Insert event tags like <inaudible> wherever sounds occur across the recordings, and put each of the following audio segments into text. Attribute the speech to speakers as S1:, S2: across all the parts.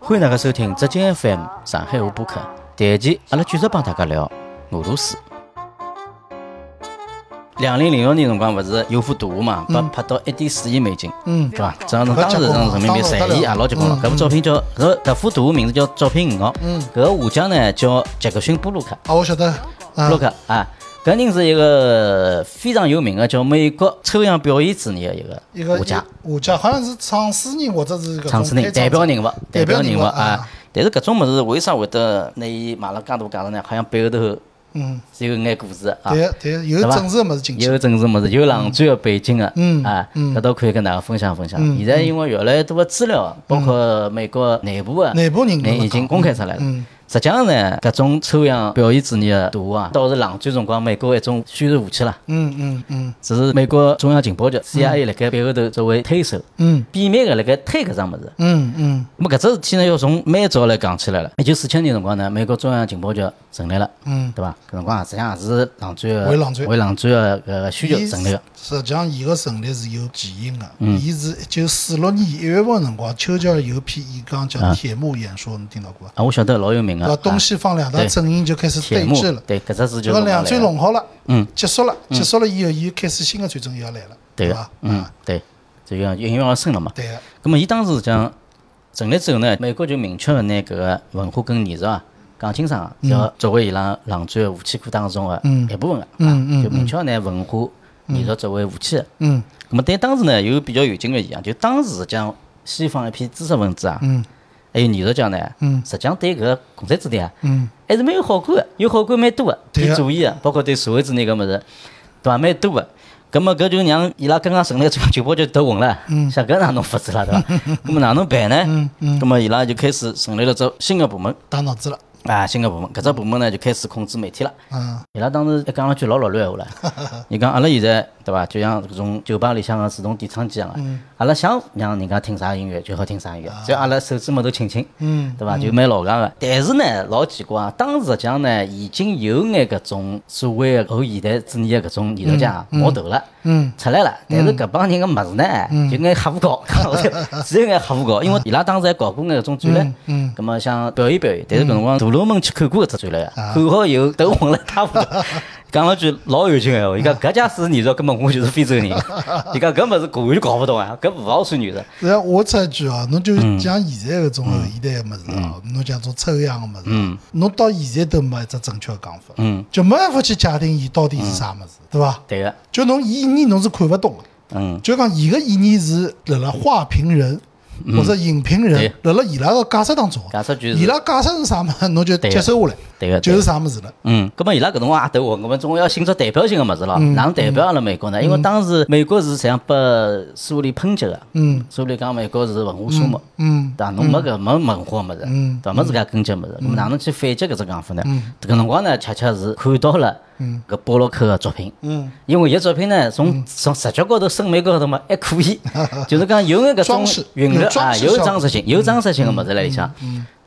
S1: 欢迎大家收听浙江 FM 上海话播客。这一期阿拉继续帮大家聊俄罗斯。两零零六年辰光，勿是有幅大画嘛，被拍到一点四亿美金，
S2: 嗯
S1: 对伐？这样当时这种人民币
S2: 当时
S1: 十亿也老结
S2: 嗯
S1: 棍了。搿部照片叫搿搿幅大画名字叫《照片五号》，搿个画家呢叫杰克逊布鲁克。
S2: 啊，我晓得，啊
S1: 洛克啊，搿人是一个非常有名个叫美国抽象表现主义的一
S2: 一
S1: 个
S2: 个
S1: 画家、
S2: 画家好像是创始人或者是搿
S1: 创始人、代表人物、代
S2: 代
S1: 表
S2: 表
S1: 人
S2: 人
S1: 物
S2: 物
S1: 啊
S2: 啊。
S1: 但是搿种物事为啥会得拿伊卖了介大价值呢？好像背后头
S2: 嗯，
S1: 是有眼故事啊。
S2: 对对，有
S1: 对吧
S2: 政治的物事进去，
S1: 有政治物事，有冷战个背景个，
S2: 嗯
S1: 啊，
S2: 嗯
S1: 搿倒可以跟大家分享分享。
S2: 嗯
S1: 现在因为越来越多个资料，包括美国内部个
S2: 内部人格
S1: 人已经公开出来了。
S2: 嗯
S1: 实际上呢，搿种抽象表现主义个图啊，倒是冷战辰光美国一种宣传武器啦。
S2: 嗯嗯嗯
S1: 只是美国中央情报局 CIA 辣盖背后头作为推手，
S2: 嗯
S1: 秘密个辣盖推搿桩物事。
S2: 嗯嗯
S1: 那么搿只事体呢，要从蛮早来讲起来了。一九四七年辰光呢，美国中央情报局成立了，
S2: 嗯，
S1: 对伐？搿辰光实际上也是冷战个
S2: 为冷战
S1: 为冷战个呃需求成立个。嗯
S2: 实际上，伊个成立是有起因个。伊是一九四六年一月份辰光，丘吉尔有篇演讲叫《铁幕演说》，侬听到过伐？
S1: 啊，我晓得老有名个
S2: 对伐？。东西方两大
S1: 对
S2: 阵营就开始
S1: 铁
S2: 对
S1: 幕
S2: 峙了。
S1: 对搿只事就
S2: 这
S1: 是
S2: 个两
S1: 搿
S2: 战
S1: 么来的
S2: 弄好了，
S1: 嗯，
S2: 结束了，结束了以后，伊又开始新的战争又要来了，
S1: 对
S2: 伐
S1: 个？，嗯
S2: 啊，
S1: 对，就要应运而生了嘛。
S2: 对个，
S1: 咁么伊当时讲成立之后呢，美国就明确个拿搿个文化跟艺术啊讲清爽啊，要作为伊拉冷战个武器库当中个一部分个，
S2: 嗯
S1: 啊就明确拿文化艺术作为武器个。
S2: 嗯
S1: 咁么但当时呢有比较有劲个现象，就当时实际上西方一批知识分子啊，
S2: 嗯
S1: 还有艺术家呢，
S2: 嗯
S1: 实际上对搿个共产主义啊，
S2: 嗯，
S1: 还是蛮有好感个，有好感蛮多个，
S2: 对
S1: 对
S2: 啊
S1: 主义啊，包括对社会主义搿物事，对伐？蛮多个。葛末啊搿就让伊拉刚刚成立中央情报局头混了，
S2: 嗯
S1: 想搿哪能法子啦，对伐？
S2: <laughs>
S1: 葛末哪能办呢？葛末伊拉就开始成立了只新个部门
S2: 打脑子了，
S1: 啊，新个部门，搿只部门呢就开始控制媒体了。
S2: 嗯
S1: 啊伊
S2: <laughs>
S1: 拉当时一讲了句老老卵闲话了，伊讲阿拉现在对伐，就像搿种酒吧里向个自动点唱机一样个，啊
S2: 嗯
S1: 阿拉想让人家听啥音乐就好听啥音乐，只要阿拉手指末头轻轻，
S2: 啊嗯
S1: 对伐？就蛮老戆个。但是呢，老奇怪啊，当时实际上呢，已经有眼搿种所谓个后现代主义的搿种艺术家啊冒头了。
S2: 嗯
S1: 出来了，但是搿帮人个物事呢，就眼瞎胡 <laughs> 搞，
S2: <laughs>
S1: 只有眼瞎胡搞，因为伊拉当时还搞过眼搿种展览，
S2: 嗯，
S1: 葛么想表演表演，但是搿辰光杜鲁门去看过搿只展览啊，看好以后头混了一塌
S2: <laughs>
S1: 糊涂，讲了句老有劲个闲话，伊讲
S2: 啊
S1: 搿家是艺术，根本我就是非洲人，伊讲搿物事完全搞勿懂啊，搿勿好算艺术，
S2: 然后我插一句啊，侬就讲现在搿种
S1: 嗯
S2: 后现代个物事哦，侬讲种抽象个物事，啊侬到现在都没一只正确个讲法，
S1: 嗯，
S2: 就没办法去界定伊到底是啥物事，对伐？
S1: 对个，
S2: 就侬伊意义侬是看勿懂个，
S1: 嗯，
S2: 就讲伊个意义是辣辣画评人
S1: 嗯
S2: 或者影评人辣辣伊拉个解释当中的，
S1: 假设就是
S2: 伊拉解释是啥物事，侬就
S1: 对
S2: 接收下来，
S1: 对个，对
S2: 就
S1: 个
S2: 是啥物事了。
S1: 嗯，咁么伊拉搿辰光也头混，咁么总要寻出代表性个物事咯。
S2: 嗯
S1: 哪能代表阿拉美国呢？因为当时美国是实际上被苏联抨击个，
S2: 嗯
S1: 苏联讲美国是文化沙漠，
S2: 嗯
S1: 对伐？侬没搿没文化物事，对伐？没自家根基物事，咁么哪能去反击搿只讲法呢？
S2: 嗯
S1: 搿辰光呢，恰恰是看到了搿波洛克个作品，
S2: 嗯，
S1: 因为伊个作品呢，从从视觉高头、审美高头嘛，还可
S2: <laughs>
S1: 以，就是讲有眼搿种
S2: 装饰
S1: 韵律
S2: 有
S1: 啊，
S2: 装饰
S1: 有
S2: 效果嗯
S1: 装饰性，有装饰性个物事辣里向。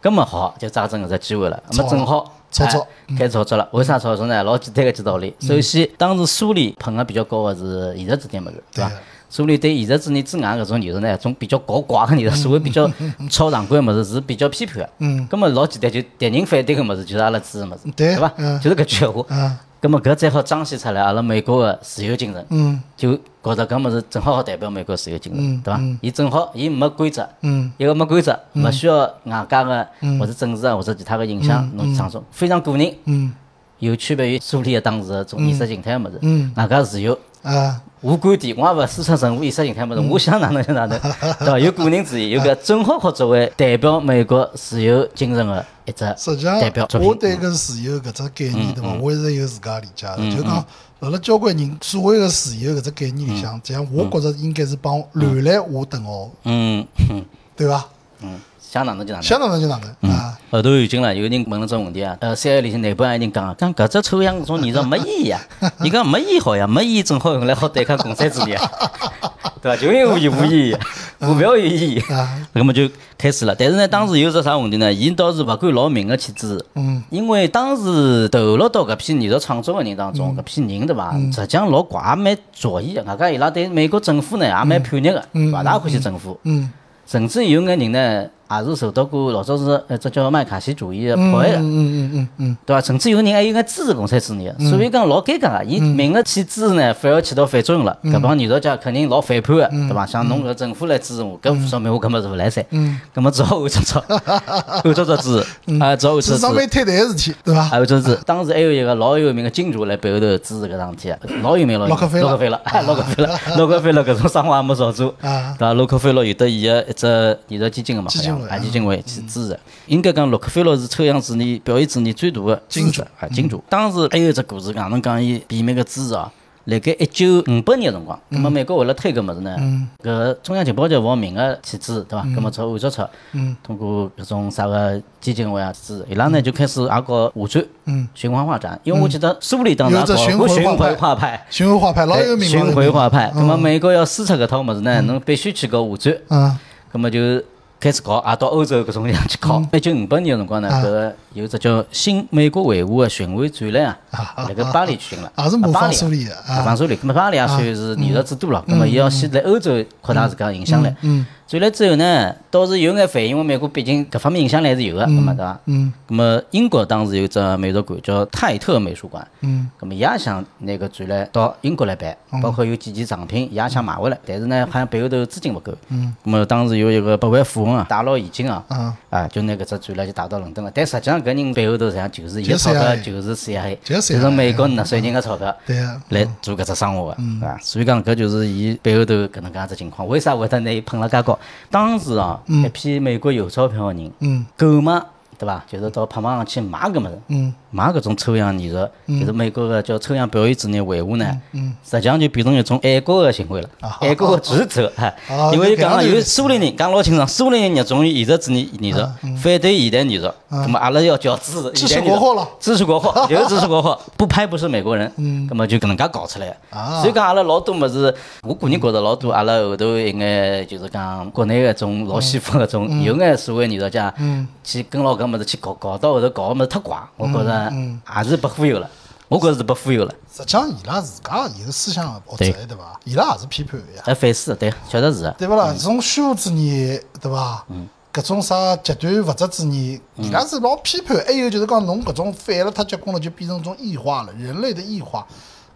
S1: 咁么好，就抓准搿只机会了。咁么
S2: 炒
S1: 正好
S2: 炒
S1: 哎
S2: 作
S1: 该炒作了。为啥炒作呢？老简单个几道理。首先，当时苏联捧个比较高个是现实主义物事，对伐
S2: 对？
S1: 苏联对现实主义之外搿种艺术呢，种比较搞怪个艺术，所谓比较超常规个物事是比较批判个。
S2: 嗯。
S1: 咁么老简单，就敌人反对个物事就是阿拉支持物事，
S2: 对
S1: 伐？
S2: 嗯
S1: 就是搿句闲话。
S2: 啊，
S1: 咁么搿再好彰显出来阿拉美国个自由精神。
S2: 嗯
S1: 就觉着搿物事正好好代表美国自由精神，对伐？伊正好伊没规则，
S2: 嗯
S1: 一个没规则，勿需要外界个或者政治啊或者其他个影响，侬创作非常个人，
S2: 嗯
S1: 有区别于苏联个当时个种意识形态个物事，
S2: 嗯
S1: 外界自由。
S2: 啊，
S1: 无观点，我也勿输出任何意识形态物
S2: 嗯
S1: 事，我想哪能就哪
S2: <laughs>
S1: 能，对伐？有个人主义，有个正好好作为代表美国自由精神个一只
S2: 实际上
S1: 代表作
S2: 我
S1: 品。嗯
S2: 对搿自由搿只概念对伐，我一直有自家理解的，就讲辣辣交关人所谓个自由搿只概念里向，这样我觉着应该是帮乱来划等号，
S1: 嗯嗯
S2: 对伐？
S1: 嗯，想哪能就哪能。哦
S2: 想哪能就哪能啊，
S1: 后头有劲了，有人问了只问题啊，呃，CIA 里向内部也有人讲，讲搿只抽象搿种艺术没意
S2: <laughs>
S1: 义啊，伊讲没意义好呀，没意义正好用来好对抗共产主义
S2: <laughs>
S1: 啊，对伐？就因为伊无意义，
S2: 嗯
S1: 股票有意义，
S2: 啊
S1: 搿么就开始了。但是呢，当时有只啥问题呢？伊倒是勿敢老明个去支持，
S2: 嗯，
S1: 因为当时投入到搿批艺术创作个人当
S2: 嗯
S1: 中，搿批人对伐？实际上老啊怪，也蛮左翼个，外加伊拉对美国政府呢也蛮叛逆个，勿大欢喜政府。
S2: 嗯
S1: 甚至有眼人呢，也是受到过老早是呃，这叫麦卡锡主义的迫害
S2: 嗯
S1: 的，
S2: 嗯嗯嗯
S1: 对伐？甚至有人还有眼支持共产主义的，所以讲老尴尬个，
S2: 嗯
S1: 伊明了去支持呢，反而起到反作用了。搿帮艺术家肯定老反叛个，
S2: 嗯
S1: 对伐？像侬搿政府来支持我，搿说明我根本是勿来噻。嗯，搿么只好按照
S2: <laughs>
S1: 照，按照照支持，啊，只好按照
S2: 嗯是
S1: 支
S2: 桩
S1: 持。
S2: 蛮坍台个事体，对伐？
S1: 还有就是，当时还有一个老有名的金主来背后头支持搿桩事体，老有名老有名，
S2: 洛克菲勒
S1: 洛克菲勒，哎洛克菲
S2: <laughs>
S1: 勒，洛克菲勒搿种生活也没少做，
S2: 啊
S1: 对伐？洛克菲勒有得伊个一只艺术基金个嘛，
S2: 基金
S1: 好像
S2: 会
S1: 啊
S2: 嗯
S1: 基金会去支持。应该讲洛克菲勒是抽象主义表演主义最大的支持啊金
S2: 嗯
S1: 主。当时还有一只故事，哪能讲伊避免个支持啊？辣盖一九五八年个辰光，葛
S2: 嗯
S1: 末美国为了推搿物事呢，搿中央情报局奉命个去支持，对伐？
S2: 嗯
S1: 葛末只好按照出，通过搿种啥个基金会啊支持，伊拉
S2: 嗯
S1: 呢就开始也搞画展，循环画展，因为我记得苏联当时也
S2: 有只
S1: 搞
S2: 循
S1: 过
S2: 环
S1: 循
S2: 画
S1: 环
S2: 派
S1: 画派，
S2: 巡回画派老
S1: 哎
S2: 有名，老有嗯
S1: 巡
S2: 名
S1: 回画派。那么美国要输出搿套物事呢，侬必须去搞画展，
S2: 啊，
S1: 那么就开始搞，也啊到欧洲各种地 <laughs> 方去搞。一九五八年个辰光呢，
S2: 嗯啊
S1: 搿有只叫新美国绘画个巡回展览啊，辣盖巴黎举行了，
S2: 也是
S1: 啊
S2: 模
S1: 巴
S2: 仿
S1: 黎啊
S2: 苏联个
S1: 模
S2: 啊，
S1: 仿苏联，咁么巴黎也算是艺术之都了，咁么伊要先来欧洲扩大自家的影响力。
S2: 嗯
S1: 转来之后呢，倒是有眼反应，因为美国毕竟各方面影响力还是有的，咁么对伐？
S2: 嗯
S1: 咁么英国当时有只美术馆叫泰特美术馆，
S2: 嗯，
S1: 咁么伊也想拿搿展览到英国来办，包括有几件藏品伊也想买回来，但是呢，好像背后头资金勿够。嗯，咁么当时有一个百万富翁啊，大捞现金啊，
S2: 啊，
S1: 啊，就拿搿只展览就带到伦敦了。但实际上搿人背后头实际上就是伊个
S2: 就是
S1: 钞票
S2: CIA
S1: 就是 CIA，
S2: 就是 CIA
S1: 是美国纳税人个钞票。
S2: 对啊，
S1: 来做搿只生活
S2: 嗯
S1: 个，啊，所以讲搿就是伊背后头搿能介只情况。为啥会得拿伊捧了介高？当时啊，一批美国有钞票个人
S2: 嗯
S1: 购买，对伐？就是到拍卖上去买搿物事，
S2: 嗯
S1: 买搿种抽象艺术，就是美国个叫抽象表演主义绘画呢，
S2: 嗯
S1: 实际上就变成一种爱国个行为了，爱国个举
S2: <laughs>
S1: 头啊
S2: 啊。
S1: 因为
S2: 有搿
S1: 讲
S2: 样
S1: 啊
S2: 的
S1: 有
S2: 人
S1: 苏联人讲老清爽，苏联人热衷于艺术主义艺术，反对现代艺术，那么阿拉要叫支持
S2: 嗯支
S1: 现代
S2: 持
S1: 艺
S2: 国
S1: 术
S2: 货了
S1: 支持国货，就是支持国货，不拍不是美国人，嗯，那么就搿能介搞出来的。
S2: 啊
S1: 所以讲阿拉老多物事，我个人觉着老多阿拉后头一眼就是讲国内个种老西方个种有眼所谓艺术家，去跟牢搿物事去搞搞到后头搞个物事太怪，我觉着也是被忽悠了，我觉着是被忽悠了，
S2: 实际上伊拉自家有思想学者对伐？伊拉也是批判个呀，
S1: 来反思，对，确实是的。
S2: 对勿啦？从虚无主义对伐？
S1: 嗯
S2: 搿种啥极端物质主义，伊拉是老批判。还有就是讲，侬搿种反了太结棍了，就变成一种异化了，人类的异化。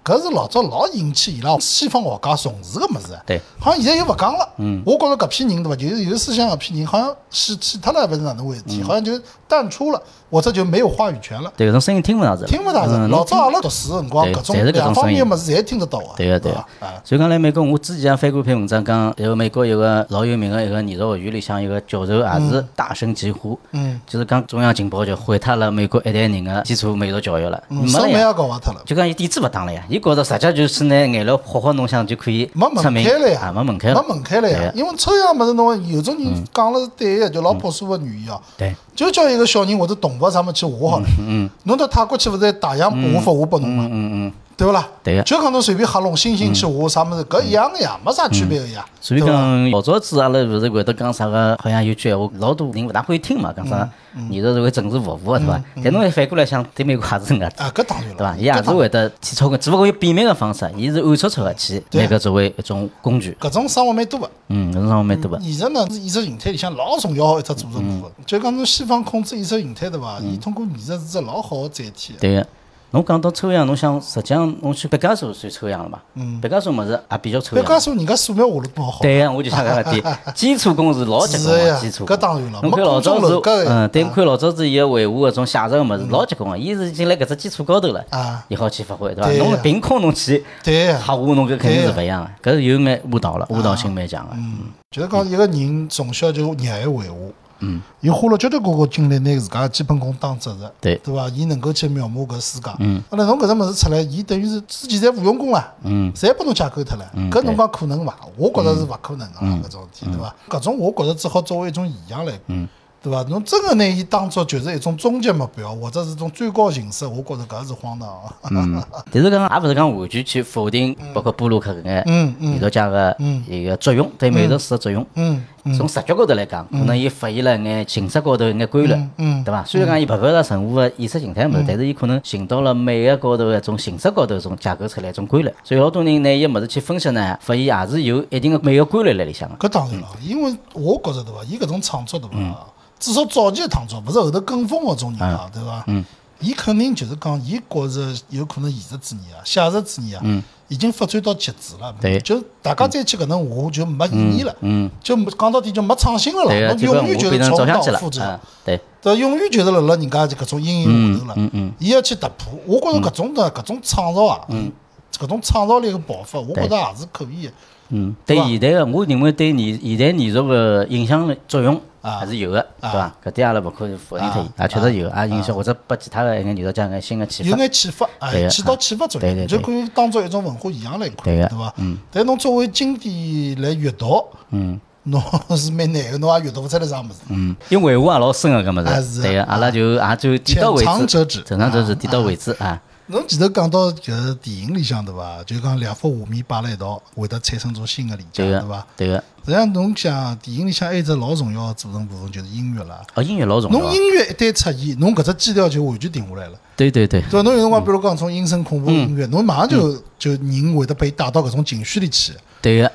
S2: 搿是老早老引起伊拉西方学家重视个物事。
S1: 对嗯
S2: 好像现在又勿讲了。我觉着搿批人对伐，就是有思想搿批人，好像死去脱了，勿是哪能回事
S1: 嗯
S2: 体，好像就淡出了，或者就没有话语权了。
S1: 对，搿种声音听勿到是吧？
S2: 听勿大着，
S1: 嗯
S2: 老早阿拉读书个辰光，
S1: 对
S2: 搿种
S1: 侪是搿种
S2: 两方
S1: 声音
S2: 面个物事侪听得到个。
S1: 对个对
S2: 伐
S1: 个
S2: 啊，
S1: 所以讲来美国，我之前也翻过一篇文章，讲有美国有个老有名个一个艺术学院里向一个教授也是大声疾呼，嗯，就是讲中央情报局毁掉了美国一代人个基础美术教育了，
S2: 嗯
S1: 没
S2: 审
S1: 了
S2: 美也
S1: 呀，
S2: 搞坏脱了。
S1: 就讲伊底子勿打了呀，伊觉着实际就是拿颜料画画弄响就可以
S2: 没门
S1: 出名
S2: 槛了呀，
S1: 啊，没嗯门槛
S2: 没
S1: 了，
S2: 门槛了
S1: 对
S2: 呀
S1: 呀。
S2: 因为抽象物事，侬有种人讲了是对个，就老朴素个原因哦。
S1: 对，
S2: 就叫一个小人或者动物啊啥么去画
S1: 嗯
S2: 好了。侬到泰国去，勿是大象画法画拨侬嘛？
S1: 嗯嗯，
S2: 对勿啦？
S1: 对嗯呀
S2: 就讲侬随便黑龙猩猩去画啥么子，搿一样个呀，没啥区别个呀。
S1: 所以
S2: 对伐，
S1: 讲老早子阿拉勿是会得讲啥个，好像有句闲话，老多人勿大会听嘛，讲啥
S2: 嗯
S1: 艺术是为政治服务个对伐？但侬反过来想，对美国也是搿能介子。
S2: 啊，搿当然了，
S1: 对伐？伊
S2: 搿
S1: 也
S2: 当
S1: 是
S2: 然
S1: 会得去操控，只不过有变卖个方式，啊伊是暗戳戳个去
S2: 啊
S1: 拿搿作为一种工具。
S2: 搿种生活蛮多个。
S1: 嗯，搿种生活蛮多个。
S2: 艺术呢是意识形态里向老重要的一只组成部
S1: 嗯
S2: 分。就讲侬西方控制意识形态对伐？伊通过艺术是只老好个载体。
S1: 对个。侬讲到抽象，侬想实际上侬去毕加索算抽象了嘛？
S2: 嗯
S1: 毕加索物事也比较抽
S2: 别
S1: 象
S2: 讲。说人家素描画了多好。
S1: 对呀，我就想搿个
S2: <laughs>
S1: 点，基础功是老结棍
S2: 是
S1: 个
S2: 呀
S1: 基础
S2: 搿
S1: 功。
S2: 当然了
S1: 侬
S2: 没
S1: 看老
S2: 空中
S1: 早子
S2: 楼阁，
S1: 嗯，对，我看老早子伊个绘画搿种写实个物事老结棍个，伊是已经辣搿只基础高头了
S2: 嗯啊，
S1: 伊好去发挥，对伐？
S2: 对呀
S1: 侬凭空侬去
S2: 对
S1: 瞎
S2: 呀
S1: 画，侬搿肯定是勿一样个，搿是有眼误
S2: 啊
S1: 导了，误导性蛮强
S2: 嗯
S1: 嗯个。
S2: 就是讲一个人从小就热爱绘画，嗯，伊花了交关交关精力，拿自家的基本功当扎实，
S1: 对
S2: 对伐？伊能够去描摹搿世界，嗯，阿拉侬搿只物事出来，伊等于是之前侪无用功了，嗯，侪拨侬解构脱了，搿侬讲嗯可能伐？我觉着是勿可能啊，搿种事体对伐？搿种我觉着只好作为一种现象来，嗯，对伐？侬真个拿伊当作就是一种终极目标，或者是一种最高形式，我觉着搿是荒唐啊。
S1: 嗯， <laughs> 但是讲也勿是讲完全去否定，
S2: 嗯
S1: 包括布鲁克搿眼艺术家个一个作用，对美术史的作用。
S2: <laughs> 嗯，
S1: 从视觉高头来讲，可能伊发现了一眼形式高头一眼规律，
S2: 嗯
S1: 对伐？虽然讲伊勿表达任何个意识形态物事，但是伊可能寻到了美个高头一种形式高头一种架构出来一种规律。所以老多人拿伊个物事去分析呢，发现也是有一定个美个规律辣里向个。
S2: 搿当然了，因为我觉着对伐，伊搿种创作对伐，至少早期的创作，勿是后头跟风搿种人啊，对伐？嗯，伊肯定就是讲，伊觉着有可能现实主义啊、写实主义啊，已经发展到极致了。
S1: 对
S2: 就大家再去搿能画就没意义了。嗯，就没讲到底就没创新了
S1: 对啊个，
S2: 啦，侬
S1: 这个我
S2: 永远就
S1: 变
S2: 是
S1: 成
S2: 重
S1: 照相
S2: 蹈
S1: 机了
S2: 覆。辙。
S1: 啊，对，
S2: 对，永远就是辣辣人家就搿种阴影下头了。嗯嗯，伊要去突破，我觉着搿种的搿种创造啊，嗯，搿种创造力个爆发，我觉着也是可以的。
S1: 嗯，对现代个，我认为对现现代艺术个影响力作用
S2: 啊
S1: 还是有个，对伐？搿点阿拉勿可以否认脱伊，也确实有，
S2: 啊
S1: 也影响或者拨其他个一眼艺术家眼新个启
S2: 有
S1: 发。
S2: 眼启发，哎，
S1: 对
S2: 起到启发作
S1: 对
S2: 用，
S1: 对
S2: 就
S1: 对
S2: 可以当做一种文化现象来看，
S1: 对嗯
S2: 对
S1: 个
S2: 伐？但侬作为经典来阅读，嗯， <laughs> 侬是蛮难个，侬也阅读勿出来啥物事。
S1: 嗯，因为维护也老深个搿
S2: 啊
S1: 物
S2: 是
S1: 事，
S2: 啊
S1: 对个，阿拉就也就点到为
S2: 浅尝
S1: 止，
S2: 辄止
S1: 浅尝辄止，点到为止啊。
S2: 侬前头讲到搿电影里向，对伐？就讲两幅画面摆辣一道，会得产生种新个理解，
S1: 对
S2: 对
S1: 个
S2: 伐？，
S1: 对个。
S2: 实际上侬想，电影里向还有一只老重要个组成部分就是音乐啦。
S1: 哦，音乐老重要
S2: 侬
S1: 啊。
S2: 音乐一旦出现，侬搿只基调就完全定下来了。
S1: 对对对，
S2: 对伐？侬有辰
S1: 嗯
S2: 光，比如讲从阴森恐怖音乐，侬马上就就人会得被带到搿种情绪里去。
S1: 对
S2: <laughs>
S1: 个。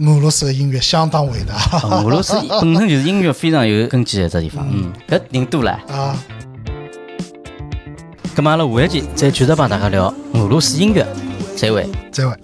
S2: 俄罗斯的音乐相当伟大
S1: 哦俄罗斯本身就是音乐非常有根基的这地方，嗯，搿人多了。
S2: 啊！
S1: 咁么阿拉下一期再继续帮大家聊俄罗斯音乐，再会。
S2: 再会。